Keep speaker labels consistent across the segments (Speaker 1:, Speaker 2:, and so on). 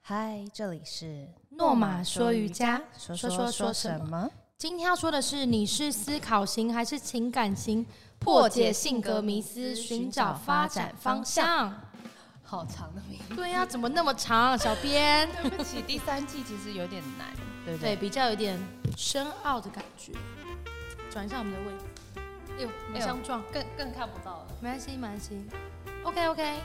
Speaker 1: 嗨，这里是
Speaker 2: 诺玛说瑜伽，
Speaker 1: 说
Speaker 2: 说
Speaker 1: 说
Speaker 2: 说
Speaker 1: 什
Speaker 2: 什
Speaker 1: 么？
Speaker 2: 今天要说的是，你是思考型还是情感型？
Speaker 1: 破
Speaker 2: 破
Speaker 1: 解
Speaker 2: 解
Speaker 1: 性
Speaker 2: 性
Speaker 1: 格
Speaker 2: 格
Speaker 1: 迷
Speaker 2: 迷
Speaker 1: 思
Speaker 2: 思，
Speaker 1: 寻
Speaker 2: 寻
Speaker 1: 找
Speaker 2: 找
Speaker 1: 发
Speaker 2: 发
Speaker 1: 展
Speaker 2: 展
Speaker 1: 方
Speaker 2: 方向。
Speaker 3: 好长的名字。
Speaker 2: 对呀、怎么那么长？啊小编，
Speaker 3: 对不起，第三季其实有点难，对不
Speaker 2: 对，
Speaker 3: 对？
Speaker 2: 比较有点深奥的感觉。转一下我们的位置，哎呦，没
Speaker 3: 哎呦
Speaker 2: 相撞，
Speaker 3: 更更看不到了。
Speaker 2: 没关系，没关系。OK OK，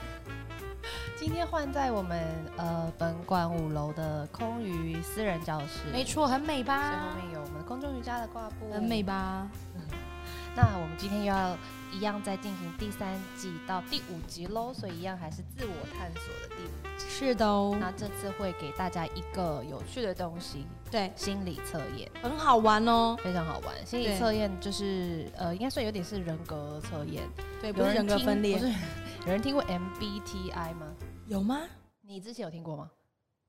Speaker 3: 今天换在我们呃本馆五楼的空余私人教室，
Speaker 2: 没错，呃很美
Speaker 3: 所以
Speaker 2: 吧
Speaker 3: 后？面有我们的空中瑜伽的挂布，
Speaker 2: 很美。吧？
Speaker 3: 那我们今天又要一样在进行第三季到第五集喽，所以一样还是自我探索的第五。
Speaker 2: 是的哦，
Speaker 3: 那这次会给大家一个有趣的东西
Speaker 2: 对
Speaker 3: ——，心理测验，
Speaker 2: 很好玩哦。
Speaker 3: 非常好玩。心理
Speaker 2: 对
Speaker 3: 测验就是呃，应该算有点是人格测验，
Speaker 2: 对，不
Speaker 3: 有
Speaker 2: 是
Speaker 3: 人
Speaker 2: 人格
Speaker 3: 听
Speaker 2: 分
Speaker 3: 不
Speaker 2: 裂，
Speaker 3: 是 有人听过 MBTI 吗？
Speaker 2: 有吗？
Speaker 3: 你之前有听过吗？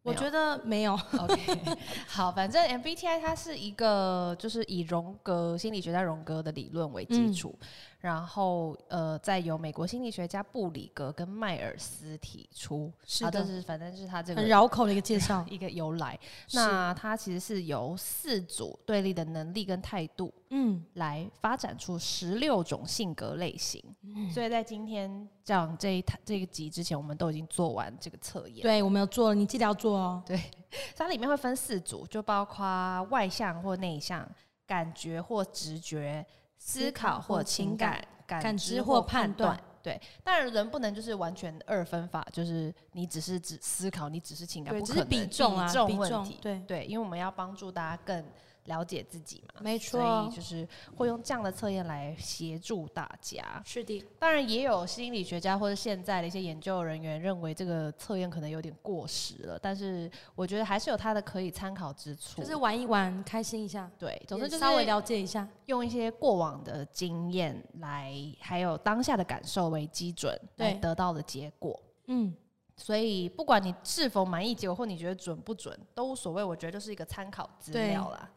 Speaker 2: 我
Speaker 3: 没有
Speaker 2: 觉得没有。
Speaker 3: OK，好， 反正 MBTI 它是一个就是以荣格心理学家荣格的理论为基础，
Speaker 2: 嗯
Speaker 3: 然后呃，再由美国心理学家布里格跟迈尔斯提出，
Speaker 2: 是
Speaker 3: 好，这
Speaker 2: 的，
Speaker 3: 是反正是他这
Speaker 2: 很
Speaker 3: 个。。
Speaker 2: 绕口的一个介绍
Speaker 3: 一个由来，
Speaker 2: 是
Speaker 3: 那它其实是由四组对立的能力跟态度
Speaker 2: 嗯，
Speaker 3: 来发展出十六种性格类型，
Speaker 2: 嗯
Speaker 3: 所以在今天讲这一这个集之前，我们都已经做完这个测验。
Speaker 2: 对，我们有做了，你记得要做哦。
Speaker 3: 它里面会分四组，就包括外向或内向、感觉或直觉、思考或情感、
Speaker 2: 感
Speaker 3: 感
Speaker 2: 知
Speaker 3: 知
Speaker 2: 或
Speaker 3: 或
Speaker 2: 判
Speaker 3: 判
Speaker 2: 断
Speaker 3: 断。对，当然人不能就是完全二分法，就是你只是只思考，你只是情感，
Speaker 2: 对，
Speaker 3: 不
Speaker 2: 只
Speaker 3: 可
Speaker 2: 是
Speaker 3: 能
Speaker 2: 比重啊，
Speaker 3: 比
Speaker 2: 比
Speaker 3: 重
Speaker 2: 重
Speaker 3: 问题。
Speaker 2: 对，
Speaker 3: 对，因为我们要帮助大家更了解自己嘛，
Speaker 2: 没
Speaker 3: 所
Speaker 2: 错哦
Speaker 3: 以，就是会用这样的测验来协助大家。
Speaker 2: 是的，
Speaker 3: 当然，也有心理学家或者现在的一些研究人员认为这个测验可能有点过时了，但是我觉得还是有它的可以参考之处。
Speaker 2: 就是玩一玩，开心一下，
Speaker 3: 对，总之
Speaker 2: 也
Speaker 3: 就是
Speaker 2: 稍微了解一下，
Speaker 3: 用一些过往的经验来，还有当下的感受为基准，
Speaker 2: 对
Speaker 3: 来得到的结果。
Speaker 2: 嗯，
Speaker 3: 所以，不管你是否满意结果，或你觉得准不准，都无所谓。我觉得就是一个参考资料啦。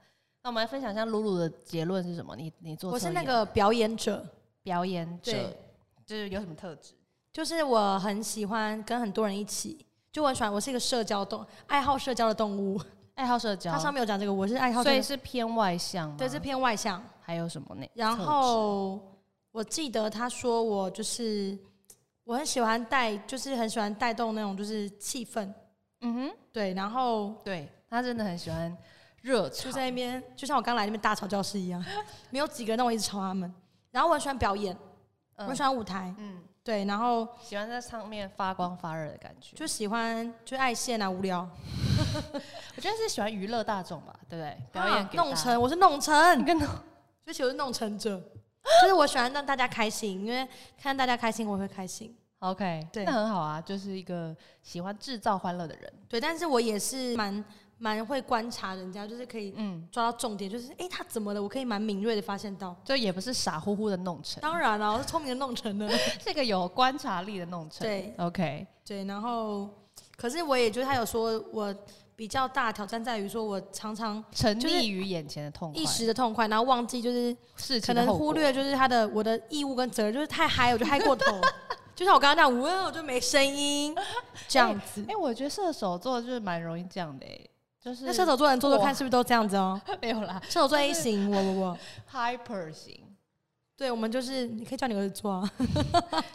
Speaker 3: 那我们来分享一下露露的结论是什么？你你做
Speaker 2: 我是
Speaker 3: 测
Speaker 2: 那
Speaker 3: 验
Speaker 2: 个表演者，
Speaker 3: 表演者
Speaker 2: 对，
Speaker 3: 就是有什么特质？
Speaker 2: 就是我很喜欢跟很多人一起，就我很喜欢，我是一个社交动，爱好社交的动物。
Speaker 3: 爱好社交，
Speaker 2: 它上面有讲这个，我是爱好社
Speaker 3: 所以
Speaker 2: 交，
Speaker 3: 是偏外向吗，
Speaker 2: 对，是偏外向。
Speaker 3: 还有什么呢？
Speaker 2: 然
Speaker 3: 特质
Speaker 2: 后我记得他说我就是我很喜欢带，就是很喜欢带动那种就是气氛，
Speaker 3: 嗯哼，
Speaker 2: 对，然后
Speaker 3: 对他真的很喜欢热
Speaker 2: 就
Speaker 3: 场，
Speaker 2: 在那边，就像我刚来那边大吵教室一样，没有几个人让我一直吵他们。然后我很喜欢表演，我
Speaker 3: 嗯
Speaker 2: 很喜欢舞台，
Speaker 3: 嗯，
Speaker 2: 对，然后
Speaker 3: 喜欢在上面发光发热的感觉，
Speaker 2: 就喜欢就爱现啊，无聊
Speaker 3: 我觉得是喜欢娱乐大众吧，对不对？表演
Speaker 2: 啊
Speaker 3: 给大家
Speaker 2: 弄 成，嗯我是弄成，跟弄，所以其实我是弄成者，就是我喜欢让大家开心，因为看大家开心我会开心，
Speaker 3: OK，
Speaker 2: 对
Speaker 3: 那很好啊，就是一个喜欢制造欢乐的人，
Speaker 2: 对，但是我也是蛮蛮会观察人家，就是可以
Speaker 3: 嗯，
Speaker 2: 抓到重点，就是诶，他怎么了，我可以蛮敏锐的发现到。
Speaker 3: 就也不是傻乎乎的弄 成，
Speaker 2: 当然了，我是聪明的弄 成的，
Speaker 3: 是个有观察力的弄成，
Speaker 2: 对，
Speaker 3: ，OK，
Speaker 2: 对，然后可是我也觉得他有说，我比较大的挑战在于说，我常常
Speaker 3: 沉
Speaker 2: 就是
Speaker 3: 溺于眼前的痛快
Speaker 2: 一时的痛快，然后忘记就是
Speaker 3: 事
Speaker 2: 可
Speaker 3: 情的
Speaker 2: 能
Speaker 3: 后果
Speaker 2: 忽略就是他的我的义务跟责任，就是太嗨我就嗨 过头，就像我刚刚那样，哇我就没声音这样子。
Speaker 3: 哎，我觉得射手座就是蛮容易这样的，哎，就是
Speaker 2: 那射手座人做做看是不是都这样子 哦？
Speaker 3: 没有啦
Speaker 2: 射手座 A 型，我 我我，
Speaker 3: ，hyper 型。
Speaker 2: 对我们就是你可以叫你儿子 做啊，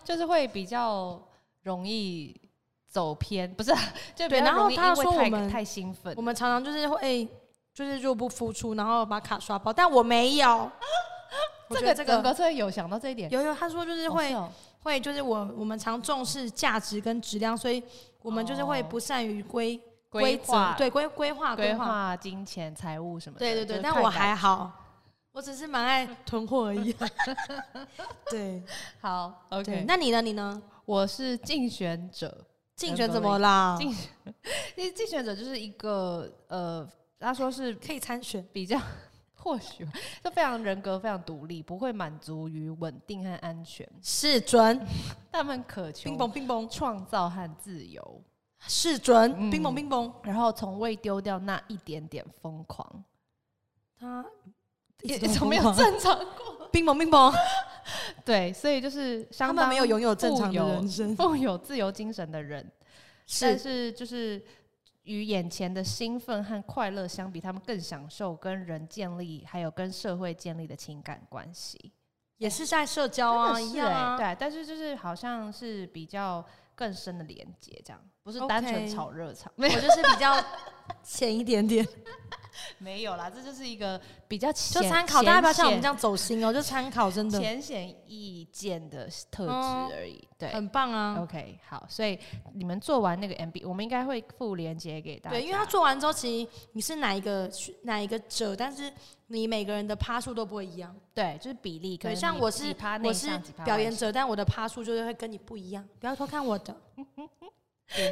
Speaker 3: 就是会比较容易走偏，不是啊、就比
Speaker 2: 对然
Speaker 3: 较
Speaker 2: 后
Speaker 3: 容易因
Speaker 2: 他
Speaker 3: 为
Speaker 2: 说我
Speaker 3: 太
Speaker 2: 们
Speaker 3: 太兴奋
Speaker 2: 我。们常常就是会、哎就是入不敷出，然后把卡刷爆，但我没有。 我觉得这
Speaker 3: 整
Speaker 2: 个
Speaker 3: 个真的有想到这一点，
Speaker 2: 有有，他说就是
Speaker 3: 哦
Speaker 2: 会
Speaker 3: 是哦
Speaker 2: 会就是我我们常重视价值跟质量，所以我们就是会
Speaker 3: 哦
Speaker 2: 不善于规
Speaker 3: 规
Speaker 2: 则
Speaker 3: 划、
Speaker 2: 对规规划
Speaker 3: 规
Speaker 2: 划，
Speaker 3: 划金钱、财务什么的。
Speaker 2: 对对
Speaker 3: 就
Speaker 2: 对。
Speaker 3: 是
Speaker 2: 但
Speaker 3: 看
Speaker 2: 我
Speaker 3: 感
Speaker 2: 还好， 我只是蛮爱囤货 而已。对
Speaker 3: 好
Speaker 2: 对，
Speaker 3: OK。
Speaker 2: 那你呢？你呢？
Speaker 3: 我是竞选者，
Speaker 2: 竞选怎么啦？
Speaker 3: 竞选，其实竞选者就是一个呃，他说是
Speaker 2: 可以参选，
Speaker 3: 比较 或许吧就非常人格非常独立，不会满足于稳定和安全，
Speaker 2: 是准
Speaker 3: 他们渴求
Speaker 2: 冰崩冰崩，
Speaker 3: 创造和自由。
Speaker 2: 是准
Speaker 3: 嗯
Speaker 2: 冰崩冰崩。
Speaker 3: 然后从未丢掉那一点点疯狂，
Speaker 2: 他
Speaker 3: 也
Speaker 2: 一直都
Speaker 3: 从
Speaker 2: 很
Speaker 3: 没有
Speaker 2: 疯狂
Speaker 3: 正常 过。
Speaker 2: 冰崩冰崩，
Speaker 3: 对，所以就是相
Speaker 2: 他
Speaker 3: 当
Speaker 2: 们没有拥有正常的人生，
Speaker 3: 富有自由精神的人，但
Speaker 2: 是
Speaker 3: 是就是与眼前的兴奋和快乐相比，他们更享受跟人建立，还有跟社会建立的情感关系。
Speaker 2: 也是在社交
Speaker 3: 真
Speaker 2: 啊，
Speaker 3: 的
Speaker 2: 一
Speaker 3: 是
Speaker 2: 样
Speaker 3: 欸
Speaker 2: 啊，
Speaker 3: 对，但是就是好像是比较更深的连接，这样不是单纯
Speaker 2: OK
Speaker 3: 炒热场，没
Speaker 2: 我就是比较浅一点点，
Speaker 3: 没有啦，这就是一个比较
Speaker 2: 就
Speaker 3: 就
Speaker 2: 参考，大家不要像我们这样走心哦，就参考，真的
Speaker 3: 浅显易见的特
Speaker 2: 嗯
Speaker 3: 质而已。对
Speaker 2: 很棒啊。
Speaker 3: ，OK，好，所以你们做完那个 MB，我们应该会附链接给大家。
Speaker 2: 对，因为他做完之后，其实你是哪一个哪一个者，但是你每个人的趴数都不会一样。
Speaker 3: 对，就是比例可
Speaker 2: 对，
Speaker 3: 能
Speaker 2: 像
Speaker 3: 你
Speaker 2: 我
Speaker 3: 几
Speaker 2: 是
Speaker 3: 趴内
Speaker 2: 我是
Speaker 3: 向几趴
Speaker 2: 表
Speaker 3: 外
Speaker 2: 演
Speaker 3: 向
Speaker 2: 者，但我的趴数就是会跟你不一样。不要偷看我的。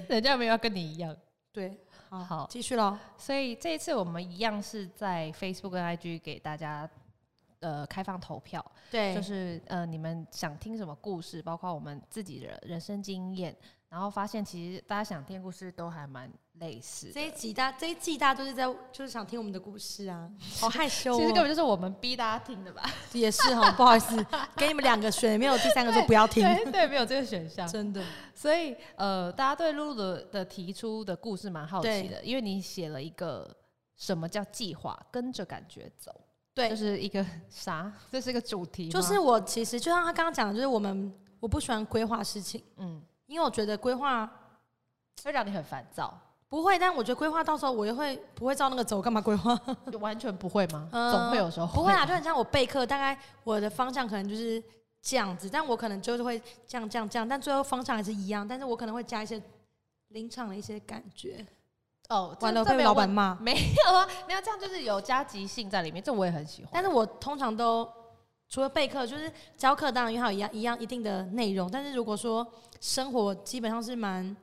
Speaker 3: 人家没有要跟你一样。
Speaker 2: 对，好，
Speaker 3: 好
Speaker 2: 继续喽。
Speaker 3: 所以这一次我们一样是在 Facebook 跟 IG 给大家呃开放投票，
Speaker 2: 对，
Speaker 3: 就是呃你们想听什么故事，包括我们自己的人生经验，然后发现其实大家想听的故事都还蛮类似的
Speaker 2: 这一集大这一季大家都是在就是想听我们的故事 啊，好害羞、哦。
Speaker 3: 其实根本就是我们逼大家听的 吧？
Speaker 2: 也是哈，不好意思，给你们两个选，没有第三个就不要听，
Speaker 3: 对对，没有这个选项。
Speaker 2: 真的。
Speaker 3: 所以呃，大家对露露的的提出的故事蛮好奇的，因为你写了一个什么叫计划，跟着感觉走，
Speaker 2: 对
Speaker 3: 就是一个啥？这是一个主题吗，
Speaker 2: 就是我其实就像他刚刚讲的，就是我们我不喜欢规划事情，
Speaker 3: 嗯，
Speaker 2: 因为我觉得规划
Speaker 3: 会让你很烦躁，
Speaker 2: 不会，但我觉得规划到时候我又会不会照那个走，干嘛规划？
Speaker 3: 就完全不会吗？
Speaker 2: 嗯
Speaker 3: 总会有时候
Speaker 2: 不会啊，就很像我备课，大概我的方向可能就是这样子，但我可能就是会这样这样这样，但最后方向还是一样，但是我可能会加一些临场的一些感 觉。
Speaker 3: 哦，这
Speaker 2: 完了
Speaker 3: 这没
Speaker 2: 被
Speaker 3: 有
Speaker 2: 老板
Speaker 3: 问
Speaker 2: 骂，
Speaker 3: 没 有啊，没有这样就是有加急性在里面，这我也很喜欢。
Speaker 2: 但是我通常都除了备课，就是教课，当然因为它有一样一样一定的内容。但是如果说生活，基本上是蛮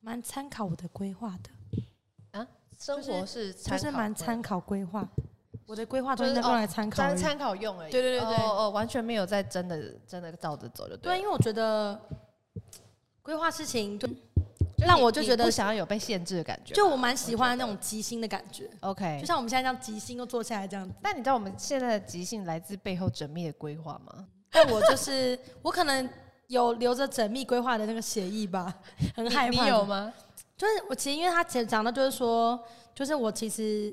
Speaker 2: 蛮参考我的规划的，
Speaker 3: 生活是参考
Speaker 2: 就是蛮参考规划。我的规划都是
Speaker 3: 就是
Speaker 2: 用来参考而
Speaker 3: 参
Speaker 2: 已。
Speaker 3: 参考用而已。
Speaker 2: 对对对对
Speaker 3: 哦哦，完全没有在真的真的照着走就
Speaker 2: 对，啊
Speaker 3: 了
Speaker 2: 因为我觉得规划事情，
Speaker 3: 嗯
Speaker 2: 就
Speaker 3: 就是
Speaker 2: 让
Speaker 3: 你
Speaker 2: 我就
Speaker 3: 你
Speaker 2: 觉得
Speaker 3: 不想要有被限制的感觉吧。
Speaker 2: 就我蛮喜
Speaker 3: 我
Speaker 2: 欢
Speaker 3: 觉
Speaker 2: 那
Speaker 3: 得
Speaker 2: 种即兴的感觉，
Speaker 3: OK
Speaker 2: 就。像我们现在这样即兴又坐下来这样子。
Speaker 3: 但你知道我们现在的即兴来自背后缜密的规划吗？
Speaker 2: 但我就是 我可能有留着缜密规划的那个协议吧，很害
Speaker 3: 你
Speaker 2: 怕。
Speaker 3: 你有吗？
Speaker 2: 就是我其实因为他讲讲到就是说，就是我其实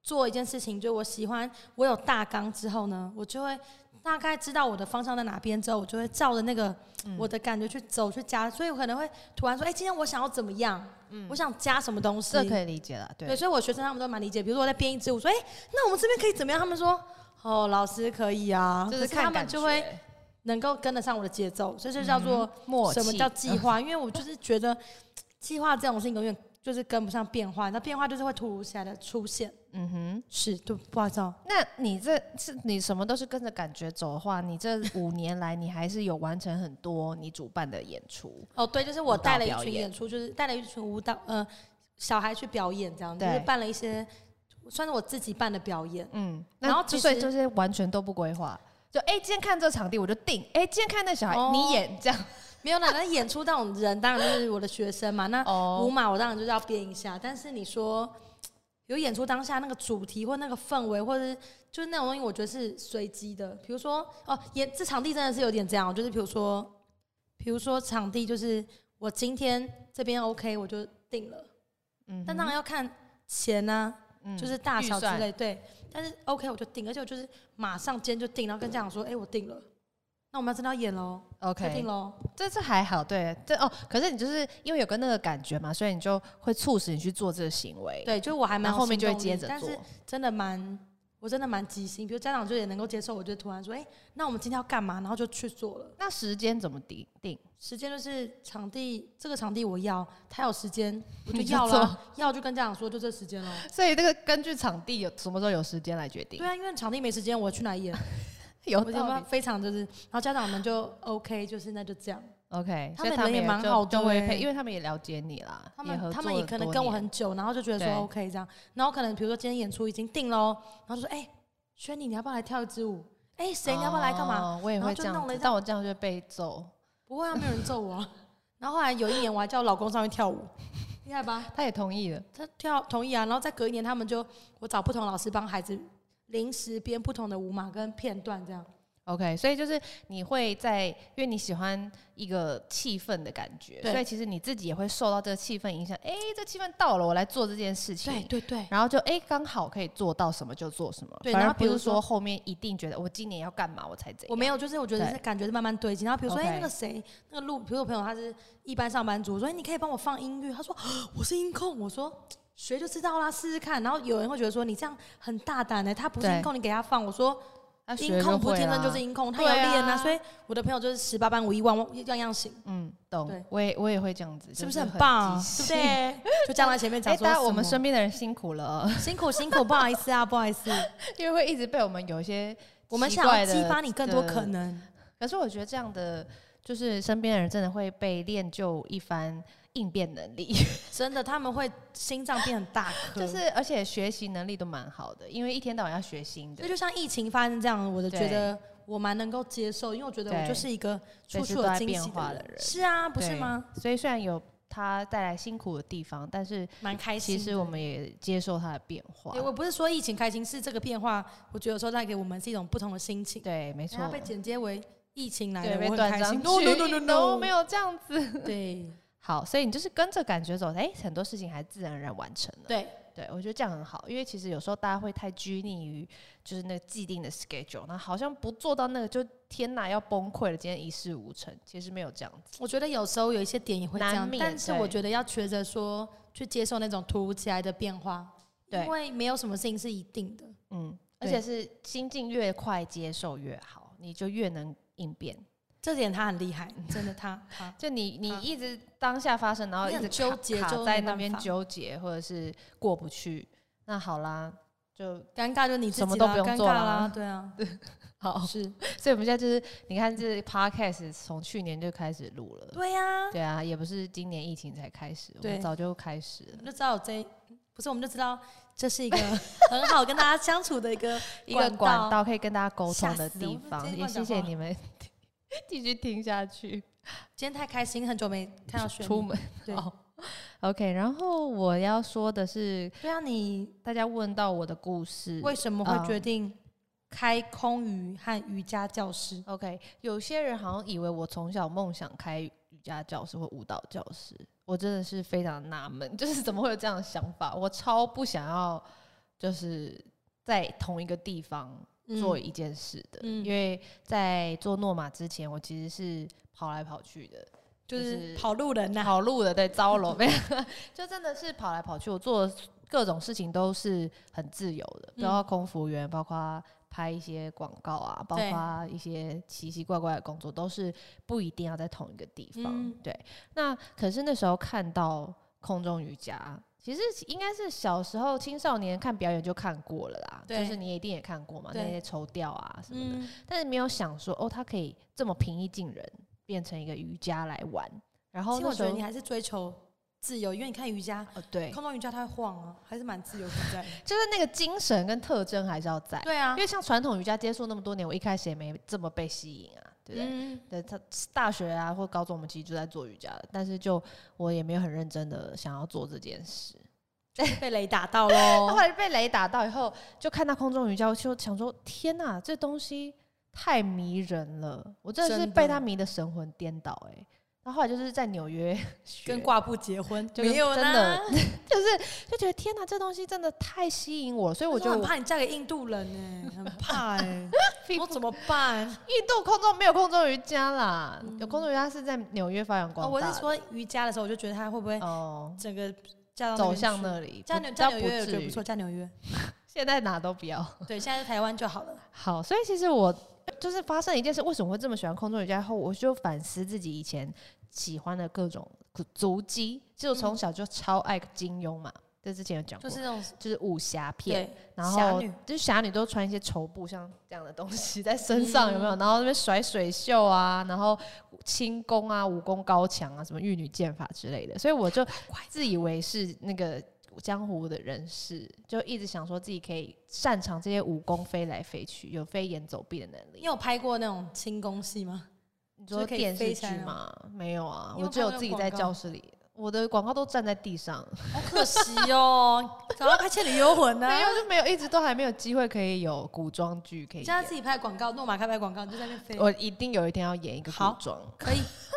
Speaker 2: 做一件事情，就我喜欢我有大纲之后呢，我就会大概知道我的方向在哪边之后，我就会照着那个
Speaker 3: 嗯
Speaker 2: 我的感觉去走去加，所以我可能会突然说，哎、今天我想要怎么样，我想加什么东西，
Speaker 3: 这嗯可以理解了，
Speaker 2: 对，
Speaker 3: 对，
Speaker 2: 所以我学生他们都蛮理解。比如说我在编一支舞，我说，哎、那我们这边可以怎么样？他们说，哦，老师可以啊，
Speaker 3: 就
Speaker 2: 可
Speaker 3: 是
Speaker 2: 是他
Speaker 3: 看
Speaker 2: 们
Speaker 3: 感
Speaker 2: 就会
Speaker 3: 觉嗯
Speaker 2: 能够跟得上我的节奏，这就叫做。
Speaker 3: 默契。
Speaker 2: 什么叫 计划？因为我就是觉得计划这种事情永远就是跟不上变化，那变化就是会突如其来的出现。
Speaker 3: 嗯哼，
Speaker 2: 是，对，不好意思哦，
Speaker 3: 那你这是你什么都是跟着感觉走的话，你这五年来你还是有完成很多你主办的演出，
Speaker 2: 哦，对，就是我带了一
Speaker 3: 舞蹈表
Speaker 2: 群
Speaker 3: 演
Speaker 2: 演出，就是带了一群舞蹈，呃，小孩去表演这样，就
Speaker 3: 对
Speaker 2: 是办了一些，算是我自己办的表演。
Speaker 3: 嗯，
Speaker 2: 然
Speaker 3: 然
Speaker 2: 后
Speaker 3: 后
Speaker 2: 其实
Speaker 3: 所以就是完全都不规划，就哎、今天看这场地我就定，哎、今天看那小孩、
Speaker 2: 哦
Speaker 3: 你演这样，
Speaker 2: 没有啦，那演出那种人当然就是我的学生嘛，那舞
Speaker 3: 哦，
Speaker 2: 码我当然就是要编一下，但是你说。有演出当下那个主题或那个氛围，或者是就是那种东西，我觉得是随机的。比如说，哦，演这场地真的是有点这样哦，就是比如说，比如说场地就是我今天这边 OK 我就定了，
Speaker 3: 嗯哼
Speaker 2: 但当然要看钱呐、
Speaker 3: 嗯
Speaker 2: 就是大小
Speaker 3: 预
Speaker 2: 之
Speaker 3: 算
Speaker 2: 类，对。但是 OK 我就定，而且我就是马上今天就定，然后跟家长说，哎、我定了，那我们要真的要演喽，确
Speaker 3: OK，
Speaker 2: 定喽。
Speaker 3: 这次还好，对，这哦，可是你就是因为有个那个感觉嘛，所以你就会促使你去做这个行为，，
Speaker 2: 对，就是我还蛮
Speaker 3: 然
Speaker 2: 有
Speaker 3: 后后面
Speaker 2: 行
Speaker 3: 就会
Speaker 2: 动力
Speaker 3: 接着
Speaker 2: 但
Speaker 3: 做
Speaker 2: 是。真的蛮，我真的蛮急心。比如家长就也能够接受，我就突然说，哎、那我们今天要干嘛？然后就去做了。
Speaker 3: 那时间怎么定定？
Speaker 2: 时间就是场地，这个场地我要，他有时间我就
Speaker 3: 你就
Speaker 2: 要了，要就跟家长说，就这时间喽。
Speaker 3: 所以这个根据场地有什么时候有时间来决定
Speaker 2: 对，啊，因为场地没时间，我去哪演？
Speaker 3: 有
Speaker 2: 我觉
Speaker 3: 道
Speaker 2: 得
Speaker 3: 理。
Speaker 2: 非常就是，然后家长们就 OK，就是那就这样。
Speaker 3: OK，
Speaker 2: 他
Speaker 3: 所以
Speaker 2: 们
Speaker 3: 他
Speaker 2: 人
Speaker 3: 们
Speaker 2: 也蛮
Speaker 3: 就
Speaker 2: 好的
Speaker 3: 就会
Speaker 2: 欸
Speaker 3: 配，因为他们也了解你啦，
Speaker 2: 他
Speaker 3: 合
Speaker 2: 们他
Speaker 3: 作
Speaker 2: 们也
Speaker 3: 了
Speaker 2: 可能
Speaker 3: 多
Speaker 2: 跟我
Speaker 3: 年
Speaker 2: 很久，然后就觉得
Speaker 3: 对
Speaker 2: 说 OK 这样，然后可能比如说今天演出已经定喽，然后就说哎，轩、你你要不要来跳一支舞？哎、谁你要不要来干嘛？
Speaker 3: 哦我也
Speaker 2: 然后
Speaker 3: 会
Speaker 2: 就
Speaker 3: 这样
Speaker 2: 弄了
Speaker 3: 子
Speaker 2: 一，
Speaker 3: 但我这样就被揍。
Speaker 2: 不会啊，没有人揍我、啊。然后后来有一年，我还叫我老公上去跳舞，厉害吧？
Speaker 3: 他也同意了，
Speaker 2: 他跳同意啊。然后再隔一年，他们就我找不同老师帮孩子临时编不同的舞码跟片段，这样
Speaker 3: OK，所以就是你会在，因为你喜欢一个气氛的感觉，
Speaker 2: 对
Speaker 3: 所以其实你自己也会受到这个气氛影响。哎、这气氛到了，我来做这件事情。
Speaker 2: 对对对，
Speaker 3: 然后就哎，刚、好可以做到什么就做什么，
Speaker 2: 对
Speaker 3: 反
Speaker 2: 然
Speaker 3: 而
Speaker 2: 后
Speaker 3: 不
Speaker 2: 比
Speaker 3: 是
Speaker 2: 如
Speaker 3: 说
Speaker 2: 说
Speaker 3: 后面一定觉得我今年要干嘛我才怎样。
Speaker 2: 我没有，就是我觉得是感觉是慢慢堆积。然后比如说，哎
Speaker 3: OK
Speaker 2: 那个谁，那个路，比如我朋友他是一般上班族，我说，哎，你可以帮我放音乐。他说，啊我是音控。我说。学就知道啦，试试看。然后有人会觉得说你这样很大胆呢、他不是
Speaker 3: 对
Speaker 2: 音控，你给他放。我说
Speaker 3: 啊
Speaker 2: 音控不是天生就是，音控，他要
Speaker 3: 对啊
Speaker 2: 练啊。所以我的朋友就是十八般武艺，万万样样行，
Speaker 3: 嗯，
Speaker 2: 对
Speaker 3: 懂。我也我也会这样子，
Speaker 2: 是不
Speaker 3: 就是
Speaker 2: 很
Speaker 3: 很
Speaker 2: 棒？
Speaker 3: 即
Speaker 2: 对不
Speaker 3: 兴？
Speaker 2: 对？就站在前面
Speaker 3: 哎、
Speaker 2: 讲说
Speaker 3: 大
Speaker 2: 什
Speaker 3: 家
Speaker 2: 么，
Speaker 3: 我们身边的人辛苦了，
Speaker 2: 辛苦辛苦，不好意思啊，不好意思，
Speaker 3: 因为会一直被我们有一些
Speaker 2: 我们
Speaker 3: 奇
Speaker 2: 想要
Speaker 3: 怪的
Speaker 2: 激发你更多可
Speaker 3: 的
Speaker 2: 能。
Speaker 3: 可是我觉得这样的，就是身边的人真的会被练就一番应变能力，
Speaker 2: 真的，他们会心脏变很大颗，
Speaker 3: 就是而且学习能力都蛮好的，因为一天到晚要学新
Speaker 2: 所
Speaker 3: 的，
Speaker 2: 以就像疫情发生这样，我的
Speaker 3: 对
Speaker 2: 觉得我蛮能够接受，因为我觉得我
Speaker 3: 对
Speaker 2: 就是一个处
Speaker 3: 随时
Speaker 2: 处
Speaker 3: 都
Speaker 2: 有
Speaker 3: 在
Speaker 2: 惊
Speaker 3: 变
Speaker 2: 喜
Speaker 3: 化
Speaker 2: 的
Speaker 3: 的人
Speaker 2: 是啊，不是
Speaker 3: 对
Speaker 2: 吗？
Speaker 3: 所以虽然有它带来辛苦的地方，但是
Speaker 2: 蛮开心
Speaker 3: 其
Speaker 2: 的。
Speaker 3: 实我们也接受它的变化
Speaker 2: 对。我不是说疫情开心，是这个变化，我觉得有时候带给我们是一种不同的心情。
Speaker 3: 对，没错
Speaker 2: 它。被剪接为疫情来
Speaker 3: 对，
Speaker 2: 了，
Speaker 3: 被
Speaker 2: 我很
Speaker 3: 断
Speaker 2: 开
Speaker 3: 章
Speaker 2: 心。
Speaker 3: 取义都没有这样子。
Speaker 2: 对
Speaker 3: 好，所以你就是跟着感觉走，哎、很多事情还自然而然完成了。
Speaker 2: 对，
Speaker 3: 对，我觉得这样很好，因为其实有时候大家会太拘泥于就是那个既定的 schedule，那好像不做到那个就天哪要崩溃了，今天一事无成。其实没有这样子，
Speaker 2: 我觉得有时候有一些点也会这
Speaker 3: 难
Speaker 2: 样，
Speaker 3: 免
Speaker 2: 但是我
Speaker 3: 对
Speaker 2: 觉得要学着说去接受那种突如其来的变化，
Speaker 3: 对
Speaker 2: 因为没有什么事情是一定的。
Speaker 3: 嗯，而
Speaker 2: 对
Speaker 3: 且是心境越快接受越好，你就越能应变。
Speaker 2: 这点他很厉害，真的他他
Speaker 3: 就你你
Speaker 2: 啊
Speaker 3: 一直当下发生，然后
Speaker 2: 你
Speaker 3: 一
Speaker 2: 很
Speaker 3: 直
Speaker 2: 纠
Speaker 3: 卡
Speaker 2: 结就
Speaker 3: 卡
Speaker 2: 没
Speaker 3: 在那
Speaker 2: 办
Speaker 3: 边
Speaker 2: 法
Speaker 3: 纠结，或者是过不去，那好啦，就
Speaker 2: 尴尬就是你自己
Speaker 3: 什么都
Speaker 2: 啦
Speaker 3: 不用
Speaker 2: 尴
Speaker 3: 做
Speaker 2: 尬
Speaker 3: 啦
Speaker 2: 啦，对啊，
Speaker 3: 好。
Speaker 2: 是
Speaker 3: 所以我们现在 就是你看，这 podcast 从去年就开始录了，
Speaker 2: 对呀、
Speaker 3: 对啊，也不是今年疫情才开始，我们
Speaker 2: 对
Speaker 3: 早就开始
Speaker 2: 我
Speaker 3: 了
Speaker 2: 们就知道有这不是我们就知道这是 一个很好跟大家相处的一个
Speaker 3: 一个管
Speaker 2: 管道。
Speaker 3: 道可以跟大家沟
Speaker 2: 吓
Speaker 3: 通的
Speaker 2: 死
Speaker 3: 地
Speaker 2: 我
Speaker 3: 方，
Speaker 2: 今
Speaker 3: 也
Speaker 2: 天乱
Speaker 3: 谢
Speaker 2: 讲
Speaker 3: 谢
Speaker 2: 话
Speaker 3: 你 们继续听下去，
Speaker 2: 今天太开心，很久没看到雪
Speaker 3: 出
Speaker 2: 妮
Speaker 3: 门
Speaker 2: 对
Speaker 3: 哦。OK，然后我要说的是，
Speaker 2: 对啊，你
Speaker 3: 大家问到我的故事，
Speaker 2: 为什么
Speaker 3: 嗯
Speaker 2: 会决定开空余和瑜伽教室？
Speaker 3: OK，有些人好像以为我从小梦想开瑜伽教室或舞蹈教室，我真的是非常纳闷， 就是怎么会有这样的想法？我超不想要，就是在同一个地方做
Speaker 2: 嗯
Speaker 3: 一件事的，
Speaker 2: 嗯
Speaker 3: 因为在做诺玛之前，我其实是跑来跑去的，
Speaker 2: 就
Speaker 3: 就是
Speaker 2: 是跑路人啊呐、
Speaker 3: 跑路的，对，招楼 没有，就真的是跑来跑去，我做的各种事情都是很自由的，
Speaker 2: 嗯
Speaker 3: 包括空服员，包括拍一些广告啊，包
Speaker 2: 对
Speaker 3: 括一些奇奇怪怪的工作，都是不一定要在同一个地方。
Speaker 2: 嗯
Speaker 3: 对，那可是那时候看到空中瑜伽。其实应该是小时候青少年看表演就看过了啦，就
Speaker 2: 对
Speaker 3: 是你一定也看过嘛，那
Speaker 2: 对
Speaker 3: 些抽吊啊什么的。
Speaker 2: 嗯，
Speaker 3: 但是没有想说哦，它可以这么平易近人，变成一个瑜伽来玩。然
Speaker 2: 其
Speaker 3: 后哦
Speaker 2: 实
Speaker 3: 那
Speaker 2: 我
Speaker 3: 时
Speaker 2: 觉得
Speaker 3: 候
Speaker 2: 你还是追求自由，因为你看瑜伽，
Speaker 3: 哦，对，
Speaker 2: 空中瑜伽它会晃啊，还是蛮自由自 在的。
Speaker 3: 就是那个精神跟特征还是要在，
Speaker 2: 对啊
Speaker 3: 因，为像传统瑜伽接触那么多年，我一开始也没这么被吸引啊，对不对？
Speaker 2: 嗯，
Speaker 3: 对，他大学啊或高中，我们其实就在做瑜伽了，但是就我也没有很认真的想要做这件事。
Speaker 2: 嗯被雷打到
Speaker 3: 后
Speaker 2: 喽。
Speaker 3: 来被雷打到以后，就看到空中瑜伽，我就想说：天呐，这东西太迷人了！我真的是
Speaker 2: 真的
Speaker 3: 被他迷得神魂颠倒哎、然后后来就是在纽约学
Speaker 2: 跟挂布结婚
Speaker 3: 就跟
Speaker 2: 没有
Speaker 3: 真
Speaker 2: 啦
Speaker 3: 的，就是就觉得天呐，这东西真的太吸引我了，所以我
Speaker 2: 我
Speaker 3: 觉
Speaker 2: 就
Speaker 3: 得
Speaker 2: 很
Speaker 3: 我
Speaker 2: 怕你嫁给印度人呢、很怕 哎、我怎么办？
Speaker 3: 印度空中没有空中瑜伽啦，有空中瑜伽是在纽约发扬
Speaker 2: 嗯 哦，
Speaker 3: 光
Speaker 2: 我
Speaker 3: 大的。
Speaker 2: 是说瑜伽的时候，我就觉得他会不会
Speaker 3: 哦，
Speaker 2: 整个嫁到
Speaker 3: 走向
Speaker 2: 那边
Speaker 3: 那里，
Speaker 2: 去？嫁
Speaker 3: 不比较
Speaker 2: 纽嫁纽约，我觉
Speaker 3: 至
Speaker 2: 得
Speaker 3: 于
Speaker 2: 不错，嫁 纽约。
Speaker 3: 现在哪都不要。
Speaker 2: 对，现在在台湾就好了。
Speaker 3: 好，所以其实我就是发生一件事，为什么会这么喜欢空中瑜伽后，我就反思自己以前喜欢的各种足迹，就从小就超爱金庸嘛，这之前有讲
Speaker 2: 嗯就
Speaker 3: 过，
Speaker 2: 是那种
Speaker 3: 就是武侠片，
Speaker 2: 对，
Speaker 3: 然
Speaker 2: 侠
Speaker 3: 后
Speaker 2: 女
Speaker 3: 就是侠女都穿一些绸布像这样的东 西在身上，有没有？
Speaker 2: 嗯
Speaker 3: 然后那边甩水袖啊，然后轻功啊、武功高强啊，什么玉女剑法之类的，所以我就自以为是那个江湖的人士，就一直想说自己可以擅长这些武功，飞来飞去，有飞檐走壁的能
Speaker 2: 你
Speaker 3: 力。
Speaker 2: 有拍过那种轻功戏吗？
Speaker 3: 你
Speaker 2: 就
Speaker 3: 说
Speaker 2: 是可以
Speaker 3: 电视剧
Speaker 2: 飞起来
Speaker 3: 吗？没有啊，
Speaker 2: 你有
Speaker 3: 我只
Speaker 2: 看
Speaker 3: 有
Speaker 2: 那个
Speaker 3: 自己在
Speaker 2: 广告
Speaker 3: 教室里，我的广告都站在地 上，
Speaker 2: 好可惜 哦，早要拍《倩女幽魂》啊呢。
Speaker 3: 没有就没有，一直都还没有机会可以有古装剧可以
Speaker 2: 你现在
Speaker 3: 演。
Speaker 2: 自己拍广告，诺玛开拍广告，你就在那边飞。
Speaker 3: 我一定有一天要演一个古
Speaker 2: 好
Speaker 3: 装。
Speaker 2: 可以，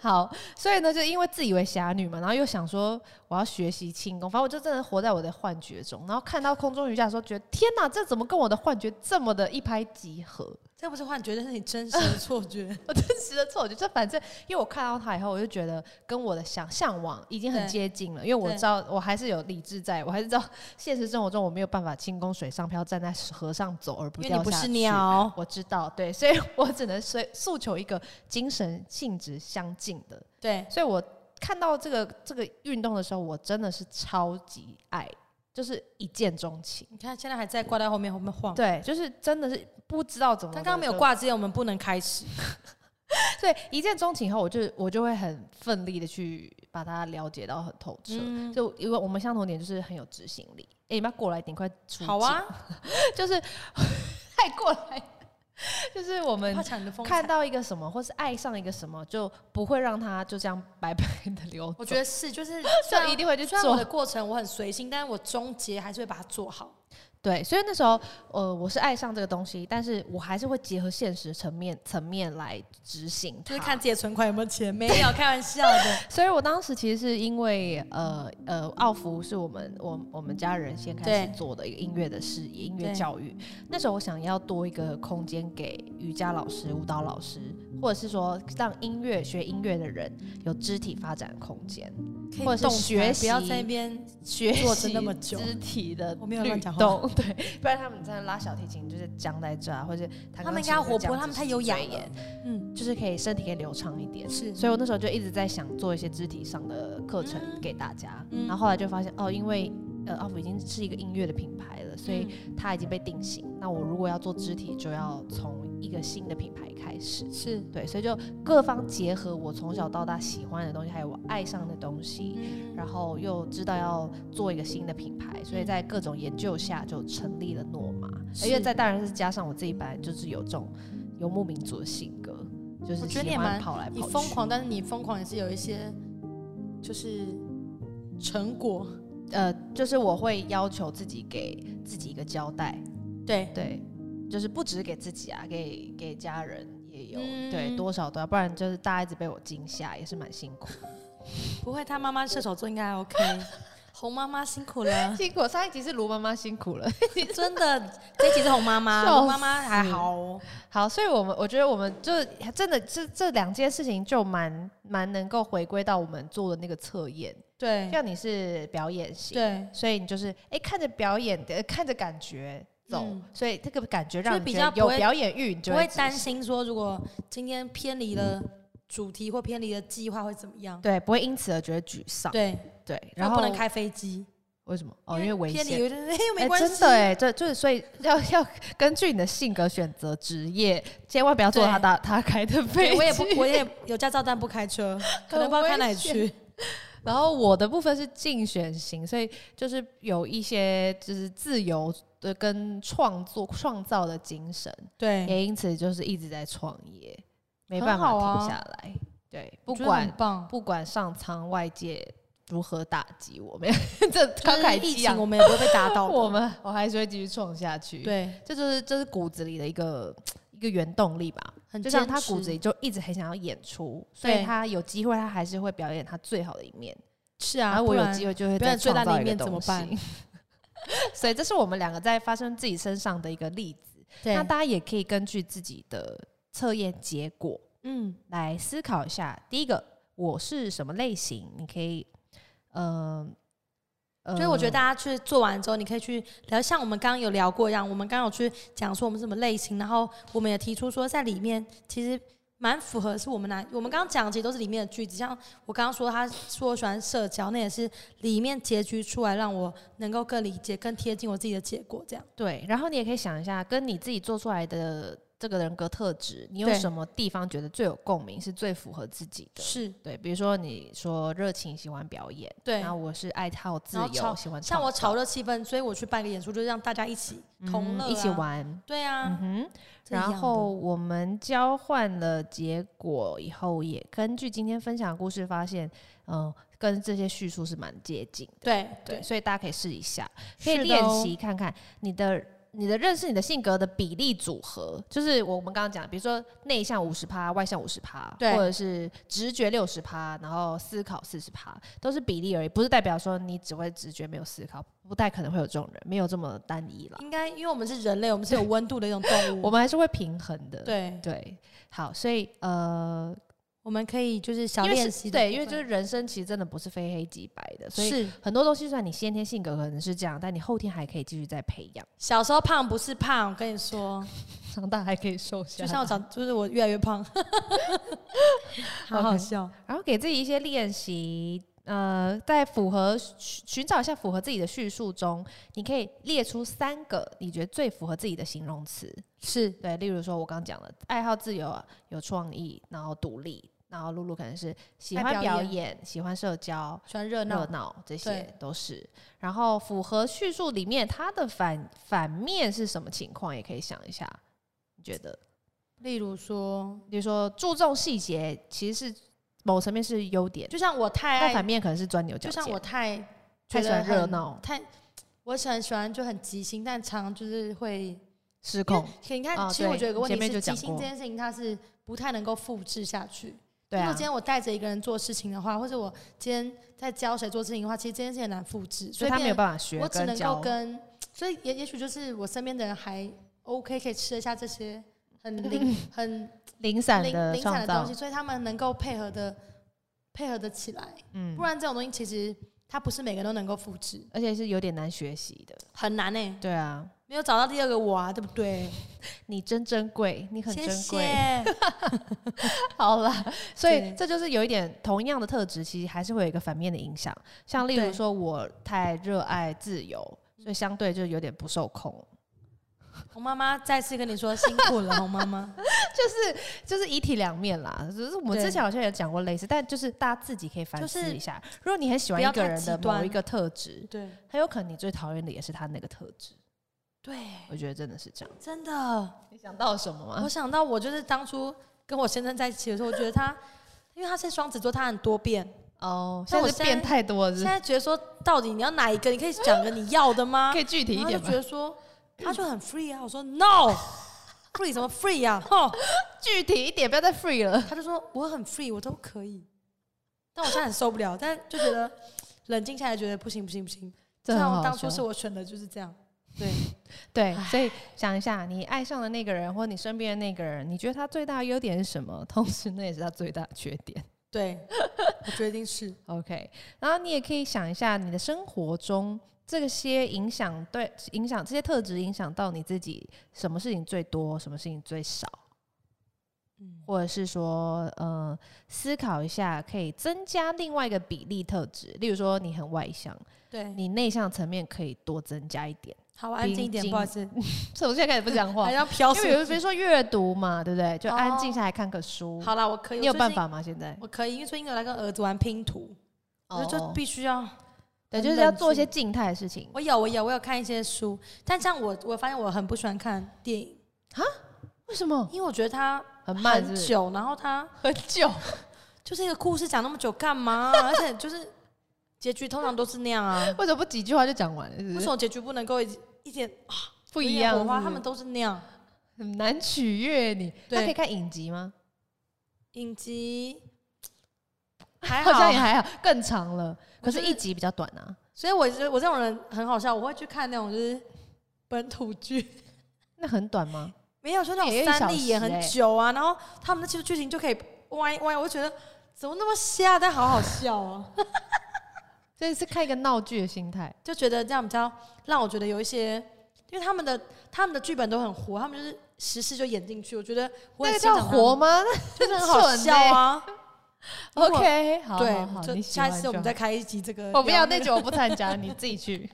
Speaker 3: 好，所以呢，就因为自以为侠女嘛，然后又想说我要学习轻功，反正我就真的活在我的幻觉中。然后看到空中瑜伽的时候，觉得天哪，这怎么跟我的幻觉这么的一拍即合？
Speaker 2: 这不是幻觉，这是你真实的错觉。
Speaker 3: 我真实的错觉，这反正因为我看到它以后，我就觉得跟我的想向往已经很
Speaker 2: 对
Speaker 3: 接近了，因为我
Speaker 2: 对
Speaker 3: 知道我还是有理智在，我还是知道现实生活中我没有办法轻功水上漂，站在河上走而不
Speaker 2: 因为
Speaker 3: 掉
Speaker 2: 你不
Speaker 3: 下
Speaker 2: 是
Speaker 3: 去。
Speaker 2: 鸟，
Speaker 3: 我知道，对，所以 我只能随诉求一个精神性质相近的
Speaker 2: 对，
Speaker 3: 所以我看到这个这个运动的时候，我真的是超级爱，就是一见钟情。
Speaker 2: 你看现在还在挂在后面后面晃。
Speaker 3: 对，就是真的是不知道怎么，
Speaker 2: 但刚刚没有，挂之前，我们不能开始。
Speaker 3: 所以一见钟情后，我就我就会很奋力的去把它了解到很透彻。
Speaker 2: 嗯，
Speaker 3: 就因为我们相同点就是很有执行力。哎、你们要过来一点，快出
Speaker 2: 好
Speaker 3: 镜，
Speaker 2: 啊，
Speaker 3: 就是 快过来，就是我们
Speaker 2: 怕抢你的风采
Speaker 3: 看。到一个什么，或是爱上一个什么，就不会让它就这样白白的流走。
Speaker 2: 我觉得 是，就是虽
Speaker 3: 就
Speaker 2: 然
Speaker 3: 一定会去
Speaker 2: 虽然我
Speaker 3: 做
Speaker 2: 的。过程我很随性，但是我终结还是会把它做好。
Speaker 3: 对，所以那时候，呃，我是爱上这个东西，但是我还是会结合现实层面层面来执行
Speaker 2: 就
Speaker 3: 它。
Speaker 2: 是看自己的存款有没有钱，没 有开玩笑的。
Speaker 3: 所以我当时其实是因为，呃呃，奥福是我们我我们家人先开
Speaker 2: 对
Speaker 3: 始做的一个音乐的事业，音乐
Speaker 2: 对
Speaker 3: 教育。那时候我想要多一个空间给瑜伽老师、舞蹈老师，或者是说让音乐学音乐的人有肢体发展空间，
Speaker 2: 可以
Speaker 3: 或者是
Speaker 2: 动弹
Speaker 3: 学
Speaker 2: 不要
Speaker 3: 习
Speaker 2: 在那边
Speaker 3: 学
Speaker 2: 坐着
Speaker 3: 习
Speaker 2: 那么久
Speaker 3: 肢体的
Speaker 2: 我没有乱
Speaker 3: 律
Speaker 2: 讲话
Speaker 3: 动，对，不然他们在那拉小提琴就是僵在这啊，或者弹
Speaker 2: 他
Speaker 3: 钢
Speaker 2: 们应
Speaker 3: 琴
Speaker 2: 该要
Speaker 3: 就
Speaker 2: 活
Speaker 3: 僵
Speaker 2: 泼
Speaker 3: 直
Speaker 2: 他们
Speaker 3: 是
Speaker 2: 太优
Speaker 3: 最
Speaker 2: 雅
Speaker 3: 严
Speaker 2: 了嗯，
Speaker 3: 就是可以身体可以流畅一点。
Speaker 2: 是，
Speaker 3: 所以我那时候就一直在想做一些肢体上的课程
Speaker 2: 嗯
Speaker 3: 给大家，
Speaker 2: 嗯
Speaker 3: 然后后来就发现哦，因为呃奥福已经是一个音乐的品牌了，所以
Speaker 2: 嗯
Speaker 3: 它已经被定型。那我如果要做肢体，就要从一个新的品牌开始。
Speaker 2: 是，
Speaker 3: 对，所以就各方结合我从小到大喜欢的东西，还有我爱上的东西，
Speaker 2: 嗯
Speaker 3: 然后又知道要做一个新的品牌，所以在各种研究下就成立了诺玛。
Speaker 2: 是
Speaker 3: 而且在当然嗯是加上我自己本来就是有这种游牧民族的性格，就
Speaker 2: 我
Speaker 3: 是
Speaker 2: 觉得你也
Speaker 3: 喜
Speaker 2: 蛮
Speaker 3: 欢跑来
Speaker 2: 你
Speaker 3: 跑去。
Speaker 2: 疯狂，但是你疯狂也是有一些，就是成果。
Speaker 3: 呃，就是我会要求自己给自己一个交代，
Speaker 2: 对，
Speaker 3: 对，就是不只是给自己啊，给给家人也有，
Speaker 2: 嗯
Speaker 3: 对，多少都要，不然就是大家一直被我惊吓，也是蛮辛苦。
Speaker 2: 不会，他妈妈射手座应该还 OK。红妈妈辛苦 了，
Speaker 3: 辛苦，上一集是卢妈妈辛苦了。
Speaker 2: 真的，这一集是红妈妈，
Speaker 3: 笑死
Speaker 2: 红妈妈还好哦。
Speaker 3: 好，所以我们我觉得我们就是真的这这两件事情就蛮蛮能够回归到我们做的那个测验，
Speaker 2: 对
Speaker 3: 像你是表演型，，
Speaker 2: 对，
Speaker 3: 所以你就是哎、诶看着表演的、呃看着感觉走，
Speaker 2: 嗯
Speaker 3: 所以这个感觉
Speaker 2: 就
Speaker 3: 让
Speaker 2: 是
Speaker 3: 你
Speaker 2: 比
Speaker 3: 觉得
Speaker 2: 较不
Speaker 3: 有
Speaker 2: 会
Speaker 3: 表演欲，你就
Speaker 2: 不会
Speaker 3: 执
Speaker 2: 担
Speaker 3: 行
Speaker 2: 心说如果今天偏离了主题或偏离了计划会怎么样。
Speaker 3: 对，不会因此而觉得沮丧，
Speaker 2: 对，
Speaker 3: 对，然
Speaker 2: 然
Speaker 3: 后
Speaker 2: 后不能开飞机
Speaker 3: 为什么？哦，因为危
Speaker 2: 偏离
Speaker 3: 险。
Speaker 2: 有点，哎， 又没
Speaker 3: 哎，
Speaker 2: 关系，
Speaker 3: 真的哎，这就是所以要 要根据你的性格选择职业，千万不要坐他
Speaker 2: 对
Speaker 3: 搭他开的飞
Speaker 2: 对
Speaker 3: 机。
Speaker 2: 我也 不，我也有驾照，但不开车，可能不知道开哪里去。
Speaker 3: 然后我的部分是竞选型，所以就是有一些就是自由的跟创作创造的精神，
Speaker 2: 对，
Speaker 3: 也因此就是一直在创业，没
Speaker 2: 很
Speaker 3: 办法
Speaker 2: 好啊
Speaker 3: 停下来。对，不
Speaker 2: 我觉得
Speaker 3: 管
Speaker 2: 很棒。
Speaker 3: 不管上苍外界如何打击我们， 这
Speaker 2: 就
Speaker 3: 慷
Speaker 2: 是
Speaker 3: 慨
Speaker 2: 疫
Speaker 3: 激昂
Speaker 2: 情，我，们也不会被打倒 的。
Speaker 3: 我们我还是会继续创下去。，
Speaker 2: 对，
Speaker 3: 这就是这是骨子里的一个一个原动力吧。
Speaker 2: 很
Speaker 3: 就像
Speaker 2: 坚
Speaker 3: 他骨
Speaker 2: 持
Speaker 3: 子里就一直很想要演出，所以
Speaker 2: 对
Speaker 3: 他有机会，他还是会表演他最好的一面。
Speaker 2: 是啊，
Speaker 3: 然后
Speaker 2: 不
Speaker 3: 我有
Speaker 2: 然
Speaker 3: 机会就会
Speaker 2: 不然
Speaker 3: 再
Speaker 2: 最大
Speaker 3: 创造
Speaker 2: 的一
Speaker 3: 一个
Speaker 2: 面怎
Speaker 3: 东
Speaker 2: 么办
Speaker 3: 西。 所以这是我们两个在发生自己身上的一个例子。
Speaker 2: 对
Speaker 3: 那，大家也可以根据自己的测验结果
Speaker 2: 嗯，
Speaker 3: 来思考一下。第一个，我是什么类型？你可以，呃，呃
Speaker 2: 所以我觉得大家去做完之后，你可以去聊，像我们刚刚有聊过一样，我们刚刚有去讲说我们是什么类型，然后我们也提出说在里面其实蛮符合是我们哪，我们刚刚讲的其实都是里面的句子，像我刚刚说他说我喜欢社交，那也是里面结局出来让我能够更理解、更贴近我自己的结果，这样
Speaker 3: 对。然后你也可以想一下，跟你自己做出来的这个人格特质，你有
Speaker 2: 对
Speaker 3: 什么地方觉得最有共鸣，是最符合自己的？
Speaker 2: 是
Speaker 3: 对，比如说你说热情，喜欢表演，
Speaker 2: 对
Speaker 3: 然。后我是爱好自
Speaker 2: 然后炒
Speaker 3: 由，喜欢
Speaker 2: 像
Speaker 3: 创
Speaker 2: 我
Speaker 3: 造
Speaker 2: 炒热气氛，所以我去办个演出，就是让大家一起
Speaker 3: 嗯
Speaker 2: 同乐、啊
Speaker 3: 一起，玩，
Speaker 2: 对啊，
Speaker 3: 嗯哼，
Speaker 2: 这样
Speaker 3: 然
Speaker 2: 的
Speaker 3: 后我们交换了结果以后，也根据今天分享的故事发现，嗯，跟这些叙述是蛮接近的。
Speaker 2: 对
Speaker 3: 对，
Speaker 2: 对，
Speaker 3: 所以大家可以试一下，可以
Speaker 2: 是的
Speaker 3: 练
Speaker 2: 哦
Speaker 3: 习看看你的你的认识你的性格的比例组合，就是我们刚刚讲，比如说内向五十趴，外向五十趴，
Speaker 2: 对
Speaker 3: 或者是直觉六十趴，然后思考四十趴，都是比例而已，不是代表说你只会直觉没有思考，不太可能会有这种人，没有这么单一啦。
Speaker 2: 应该因为我们是人类，我们是有温度的一种动物，
Speaker 3: 我们还是会平衡的。
Speaker 2: 对，
Speaker 3: 对，好，所以呃，
Speaker 2: 我们可以就是小
Speaker 3: 因为
Speaker 2: 练
Speaker 3: 是
Speaker 2: 习的部分，
Speaker 3: 对，因为就是人生其实真的不是非黑即白的，所以
Speaker 2: 是
Speaker 3: 很多东西虽然你先天性格可能是这样，但你后天还可以继续再培 养。
Speaker 2: 小时候胖不是胖，我跟 你说，
Speaker 3: 长大还可以瘦下
Speaker 2: 就
Speaker 3: 来，
Speaker 2: 像我长，就是我越来越胖， 好好笑。
Speaker 3: 然后给自己一些练习，呃，在符合寻寻找一下符合自己的叙述中，你可以列出三个你觉得最符合自己的形容词。
Speaker 2: 是
Speaker 3: 对，例如说我刚刚讲了，爱好自由啊，有创意，然后独立，然后露露可能是喜
Speaker 2: 爱
Speaker 3: 欢
Speaker 2: 表
Speaker 3: 表
Speaker 2: 演
Speaker 3: 演，喜欢社交。
Speaker 2: 喜欢热
Speaker 3: 热
Speaker 2: 闹，
Speaker 3: 闹这些
Speaker 2: 对
Speaker 3: 都是，然后符合叙述里面它的反反面是什么情况，也可以想一下，你觉得？
Speaker 2: 例如说，
Speaker 3: 比如说注重细节，其实是某层面是优点，
Speaker 2: 就像我太
Speaker 3: 但
Speaker 2: 爱
Speaker 3: 反，面可能是钻牛角
Speaker 2: 就
Speaker 3: 尖。
Speaker 2: 像我太
Speaker 3: 太
Speaker 2: 觉
Speaker 3: 喜
Speaker 2: 得
Speaker 3: 欢热
Speaker 2: 很
Speaker 3: 闹，
Speaker 2: 太，我是很喜欢就很即兴，但常就是会
Speaker 3: 失
Speaker 2: 因为
Speaker 3: 控，
Speaker 2: 你看，
Speaker 3: 啊
Speaker 2: 其实我
Speaker 3: 对
Speaker 2: 觉得有个问
Speaker 3: 前
Speaker 2: 题
Speaker 3: 面
Speaker 2: 是，
Speaker 3: 就
Speaker 2: 即
Speaker 3: 讲
Speaker 2: 兴
Speaker 3: 过
Speaker 2: 这件事情它是不太能够复制下去。
Speaker 3: 对
Speaker 2: 如果
Speaker 3: 啊
Speaker 2: 今，天我带着一个人做事情的话，或者我今天在教谁做事情的话，其实这件事情很难复制，
Speaker 3: 所以
Speaker 2: 所以
Speaker 3: 他没有
Speaker 2: 法，
Speaker 3: 办法学
Speaker 2: 我只
Speaker 3: 跟
Speaker 2: 能够
Speaker 3: 教。
Speaker 2: 跟，所以也也许就是我身边的人还 OK，可以吃得下这些很 零很
Speaker 3: 零散
Speaker 2: 零
Speaker 3: 的
Speaker 2: 零散
Speaker 3: 创
Speaker 2: 的
Speaker 3: 造
Speaker 2: 东西，，所以他们能够配合的配合的起来。
Speaker 3: 嗯
Speaker 2: 不，然这种东西其实它不是每个人都能够复制，
Speaker 3: 而且是有点难学习的。
Speaker 2: 很难呢、欸
Speaker 3: 对啊，
Speaker 2: 没有找到第二个我啊，对不对？
Speaker 3: 你真珍贵，你 很珍
Speaker 2: 谢
Speaker 3: 贵。
Speaker 2: 谢。
Speaker 3: 好啦，所以
Speaker 2: 对
Speaker 3: 这就是有一点同样的特质，其实还是会有一个反面的影响。像例如
Speaker 2: 对
Speaker 3: 说，我太热爱自由，所以相对就有点不受控。
Speaker 2: 红妈妈再次跟你说辛苦了，红妈妈。
Speaker 3: 就是就是一体两面啦，只是我们
Speaker 2: 对
Speaker 3: 之前好像有讲过类似，但就是大家自己可以反
Speaker 2: 就
Speaker 3: 思
Speaker 2: 是
Speaker 3: 一下。如果你很喜欢
Speaker 2: 不
Speaker 3: 一
Speaker 2: 要
Speaker 3: 个
Speaker 2: 太
Speaker 3: 人的
Speaker 2: 极端
Speaker 3: 某一个特质，
Speaker 2: 对
Speaker 3: 很有可能你最讨厌的也是他那个特质。
Speaker 2: 对，
Speaker 3: 我觉得真的是这样。
Speaker 2: 真的，
Speaker 3: 你想到什么
Speaker 2: 我
Speaker 3: 吗？
Speaker 2: 想到我就是当初跟我先生在一起的时候，我觉得他，因为他是双子座，他很多变。
Speaker 3: 哦，
Speaker 2: 但
Speaker 3: 现
Speaker 2: 我
Speaker 3: 在是变太多了是
Speaker 2: 现
Speaker 3: 不是，
Speaker 2: 在觉得说，到底你要哪一个？你可以讲个你要的吗
Speaker 3: 可？以具体一
Speaker 2: 然后他
Speaker 3: 点
Speaker 2: 就
Speaker 3: 吗
Speaker 2: 觉？得说，他就很 free 啊。我说 no，free 什么 free 啊？吼，
Speaker 3: 具体一点，不要再 free 了。
Speaker 2: 他就说我很 free，我都可以。但我现在很受不了，但就觉得冷静下来，觉得不行不行不行。
Speaker 3: 这很
Speaker 2: 像
Speaker 3: 好
Speaker 2: 当初
Speaker 3: 笑
Speaker 2: 是我选的就是这样，对，
Speaker 3: 对，
Speaker 2: 唉
Speaker 3: 所以想一下，你爱上的那个人，或你身边的那个人，你觉得他最大的优点是什么？ 同时，那也是他最大的缺点。
Speaker 2: 对，我决定是
Speaker 3: OK，然后你也可以想一下，你的生活中这些影响对影响这些特质影响到你自己，什么事情最多，什么事情最少，
Speaker 2: 嗯
Speaker 3: 或者是说，呃，思考一下可以增加另外一个比例特质，例如说你很外向，
Speaker 2: 对。
Speaker 3: 你内向层面可以多增加一点。
Speaker 2: 好，我安静一点，
Speaker 3: 冰
Speaker 2: 不好意思，
Speaker 3: 所以我现在开始不讲话
Speaker 2: 还，要飘
Speaker 3: 因
Speaker 2: 速
Speaker 3: 为有比如说阅读嘛，对不对？就
Speaker 2: 哦
Speaker 3: 安静下来看个书。
Speaker 2: 好啦，我可以，
Speaker 3: 你有
Speaker 2: 我最
Speaker 3: 办
Speaker 2: 近？
Speaker 3: 法吗？现在？
Speaker 2: 我可以，因为最近有来跟儿子玩拼图，
Speaker 3: 哦
Speaker 2: 我就就必须要。
Speaker 3: 对，
Speaker 2: 很
Speaker 3: 就是要
Speaker 2: 冷
Speaker 3: 做一
Speaker 2: 静
Speaker 3: 些静态的事情。
Speaker 2: 我有，我有，我有看一些书，但像我，我发现我很不喜欢看电影，
Speaker 3: 为什么？
Speaker 2: 因为我觉得它
Speaker 3: 很慢是
Speaker 2: 很
Speaker 3: 不是
Speaker 2: 久，然后它
Speaker 3: 很久，
Speaker 2: 就是一个故事讲那么久干嘛？而且就是结局通常都是那样啊，
Speaker 3: 为什么不几句话就讲完了？是不是
Speaker 2: 为什么结局不能够一一点
Speaker 3: 不
Speaker 2: 有
Speaker 3: 一
Speaker 2: 点
Speaker 3: 样是
Speaker 2: 火
Speaker 3: 不
Speaker 2: 花？
Speaker 3: 是
Speaker 2: 他们都是那样。
Speaker 3: 很难取悦你。那
Speaker 2: 对
Speaker 3: 可以看影集吗？
Speaker 2: 影集还
Speaker 3: 好
Speaker 2: 好，
Speaker 3: 像也还好，更长了。可
Speaker 2: 我
Speaker 3: 是，
Speaker 2: 就是
Speaker 3: 一集比较短啊。
Speaker 2: 所以我觉得我这种人很好笑，我会去看那种就是本土剧。
Speaker 3: 那很短吗？
Speaker 2: 没有说那
Speaker 3: 也有一
Speaker 2: 种
Speaker 3: 小
Speaker 2: 三
Speaker 3: 时
Speaker 2: 立演很
Speaker 3: 欸
Speaker 2: 久啊，然后他们的其实剧情就可以歪歪，我就觉得怎么那么瞎，但好好笑哦、
Speaker 3: 所以是看一个闹剧的心态。
Speaker 2: 就觉得这样比较让我觉得有一些，因为他们的他们的剧本都很活，他们就是时事就演进去，我觉得我
Speaker 3: 那
Speaker 2: 很
Speaker 3: 个
Speaker 2: 欣赏
Speaker 3: 叫
Speaker 2: 他们
Speaker 3: 活，吗
Speaker 2: 啊
Speaker 3: 欸
Speaker 2: 就是 很好笑啊。如果
Speaker 3: ？OK，好，好好
Speaker 2: 对，
Speaker 3: 你
Speaker 2: 就
Speaker 3: 喜
Speaker 2: 下
Speaker 3: 欢
Speaker 2: 一次我们
Speaker 3: 就
Speaker 2: 再
Speaker 3: 好
Speaker 2: 开一集这个。
Speaker 3: 我不要
Speaker 2: 那
Speaker 3: 那集，我不参加，你自己去。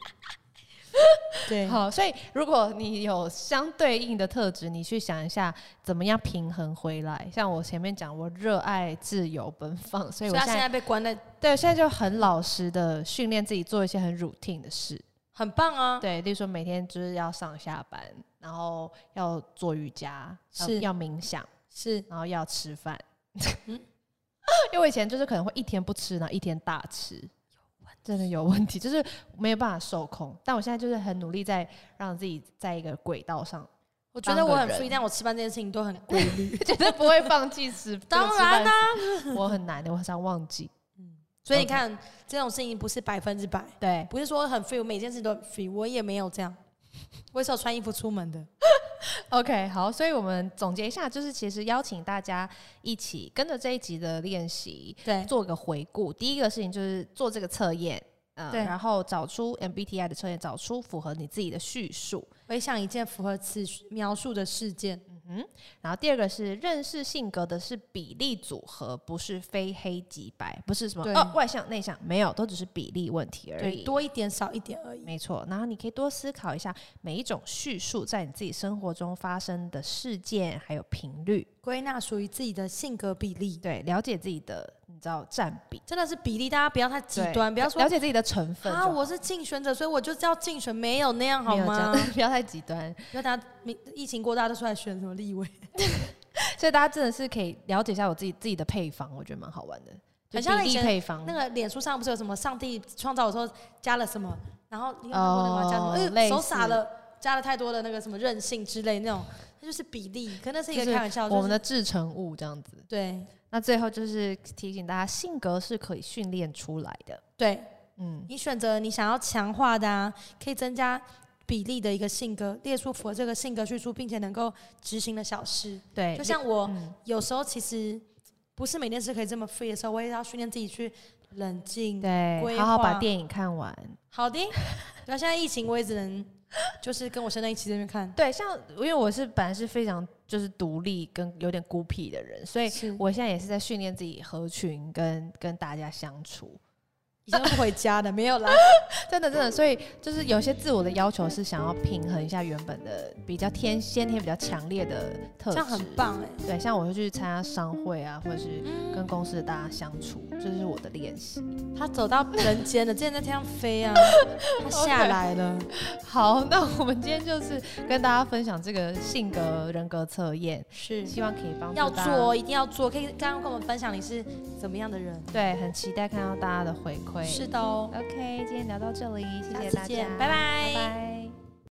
Speaker 2: 对，
Speaker 3: 好，所以如果你有相对应的特质，你去想一下怎么样平衡回来。像我前面讲，我热爱自由奔放，所
Speaker 2: 所
Speaker 3: 以
Speaker 2: 以
Speaker 3: 我
Speaker 2: 他
Speaker 3: 现
Speaker 2: 现
Speaker 3: 在
Speaker 2: 在被关在，
Speaker 3: 对我现在就很老实的训练自己做一些很 routine 的事。
Speaker 2: 很棒啊。
Speaker 3: 对，例如说每天就是要上下班，然后要做瑜伽，要
Speaker 2: 是
Speaker 3: 要冥想，
Speaker 2: 是
Speaker 3: 然后要吃饭。
Speaker 2: 嗯
Speaker 3: 因为我以前就是可能会一天不吃，然后一天大吃，真的有问题，就是没有办法受控。但我现在就是很努力在让自己在一个轨道上，
Speaker 2: 我觉得我很
Speaker 3: 当个
Speaker 2: free，
Speaker 3: 人
Speaker 2: 但我吃饭这件事情都很规律。
Speaker 3: 绝对不会放弃吃。
Speaker 2: 当然啦、
Speaker 3: 这个吃饭是我很难的，我很想忘记。
Speaker 2: 所以你看这种事情不是百分之百，
Speaker 3: 对，
Speaker 2: 不是说很 free，我每件事都很 free，我也没有这样。 我也是有穿衣服出门的，
Speaker 3: OK，好，所以我们总结一下，就是其实邀请大家一起跟着这一集的练习，
Speaker 2: 对
Speaker 3: 做个回顾。第一个事情就是做这个测验，呃，
Speaker 2: 对
Speaker 3: 然后找出 MBTI 的测验，找出符合你自己的叙述。
Speaker 2: 回想一件符合此描述的事件，
Speaker 3: 然后第二个是认识性格的是比例组合，不是非黑即白，不是什么
Speaker 2: 对
Speaker 3: 哦外向内向，没有，都只是比例问题而
Speaker 2: 对，
Speaker 3: 已。
Speaker 2: 多一点少一点而已。
Speaker 3: 没错，然后你可以多思考一下每一种叙述在你自己生活中发生的事件还有频率。
Speaker 2: 归纳属于自己的性格比例，
Speaker 3: 对，了解自己的，你知道占比，
Speaker 2: 真的是比例，大家不要太极
Speaker 3: 对
Speaker 2: 端，不要说
Speaker 3: 了解自己的成分就
Speaker 2: 啊，
Speaker 3: 好
Speaker 2: 我是竞选者，所以我就叫竞选，没有那样好
Speaker 3: 没有这
Speaker 2: 吗
Speaker 3: 样？ 不要太极端。
Speaker 2: 因为大家民疫情过，大家都出来选什么立委，
Speaker 3: 所以大家真的是可以了解一下我自己自己的配方，我觉得蛮好玩的，就
Speaker 2: 很像
Speaker 3: 比
Speaker 2: 以
Speaker 3: 例
Speaker 2: 前
Speaker 3: 配方
Speaker 2: 那个脸书上不是有什么上帝创造我说加了什么，然后你有看过那个吗？加什么？
Speaker 3: 哦
Speaker 2: 哎、
Speaker 3: 类似
Speaker 2: 手傻了，加了太多的那个什么任性之类那种，那就是比例，可那是一个
Speaker 3: 就是
Speaker 2: 开玩笑，
Speaker 3: 我们
Speaker 2: 的
Speaker 3: 的制成物这样子。
Speaker 2: 对
Speaker 3: 那最后就是提醒大家，性格是可以训练出来的。
Speaker 2: 对，
Speaker 3: 嗯，
Speaker 2: 你选择你想要强化的啊，可以增加。比例的一个性格，列出符合这个性格叙述，并且能够执行的小事，
Speaker 3: 对，
Speaker 2: 就像我
Speaker 3: 嗯
Speaker 2: 有时候其实不是每件事可以这么 free 的时候，我也要训练自己去冷静。
Speaker 3: 对，
Speaker 2: 规
Speaker 3: 好好把
Speaker 2: 划
Speaker 3: 电影看完。
Speaker 2: 好的，那现在疫情我也只能就是跟我现在一起在那边看。
Speaker 3: 对，像因为我是本来是非常就是独立跟有点孤僻的人，所以
Speaker 2: 是
Speaker 3: 我现在也是在训练自己合群跟跟大家相处。
Speaker 2: 以前都不回家的，没有 啦。
Speaker 3: 真的真的，所以就是有些自我的要求是想要平衡一下原本的比较天先天比较强烈的特
Speaker 2: 这
Speaker 3: 质，
Speaker 2: 样很。棒哎、
Speaker 3: 对，像我会去参加商会啊，或者是
Speaker 2: 嗯，
Speaker 3: 跟公司的大家相处，这、是我的练习。
Speaker 2: 他走到人间了，之前在天上飞 啊，他下来了。
Speaker 3: 好，那我们今天就是跟大家分享这个性格人格测验，
Speaker 2: 是
Speaker 3: 希望可以帮助
Speaker 2: 要
Speaker 3: 大
Speaker 2: 做
Speaker 3: 家。
Speaker 2: 哦，一定要做。可以刚刚跟我们分享你是怎么样的人。
Speaker 3: 对，很期待看到大家的回馈。
Speaker 2: 是的哦，
Speaker 3: ，OK，今天聊到这里，谢
Speaker 2: 下
Speaker 3: 谢
Speaker 2: 次
Speaker 3: 大家
Speaker 2: 见，拜拜
Speaker 3: 拜拜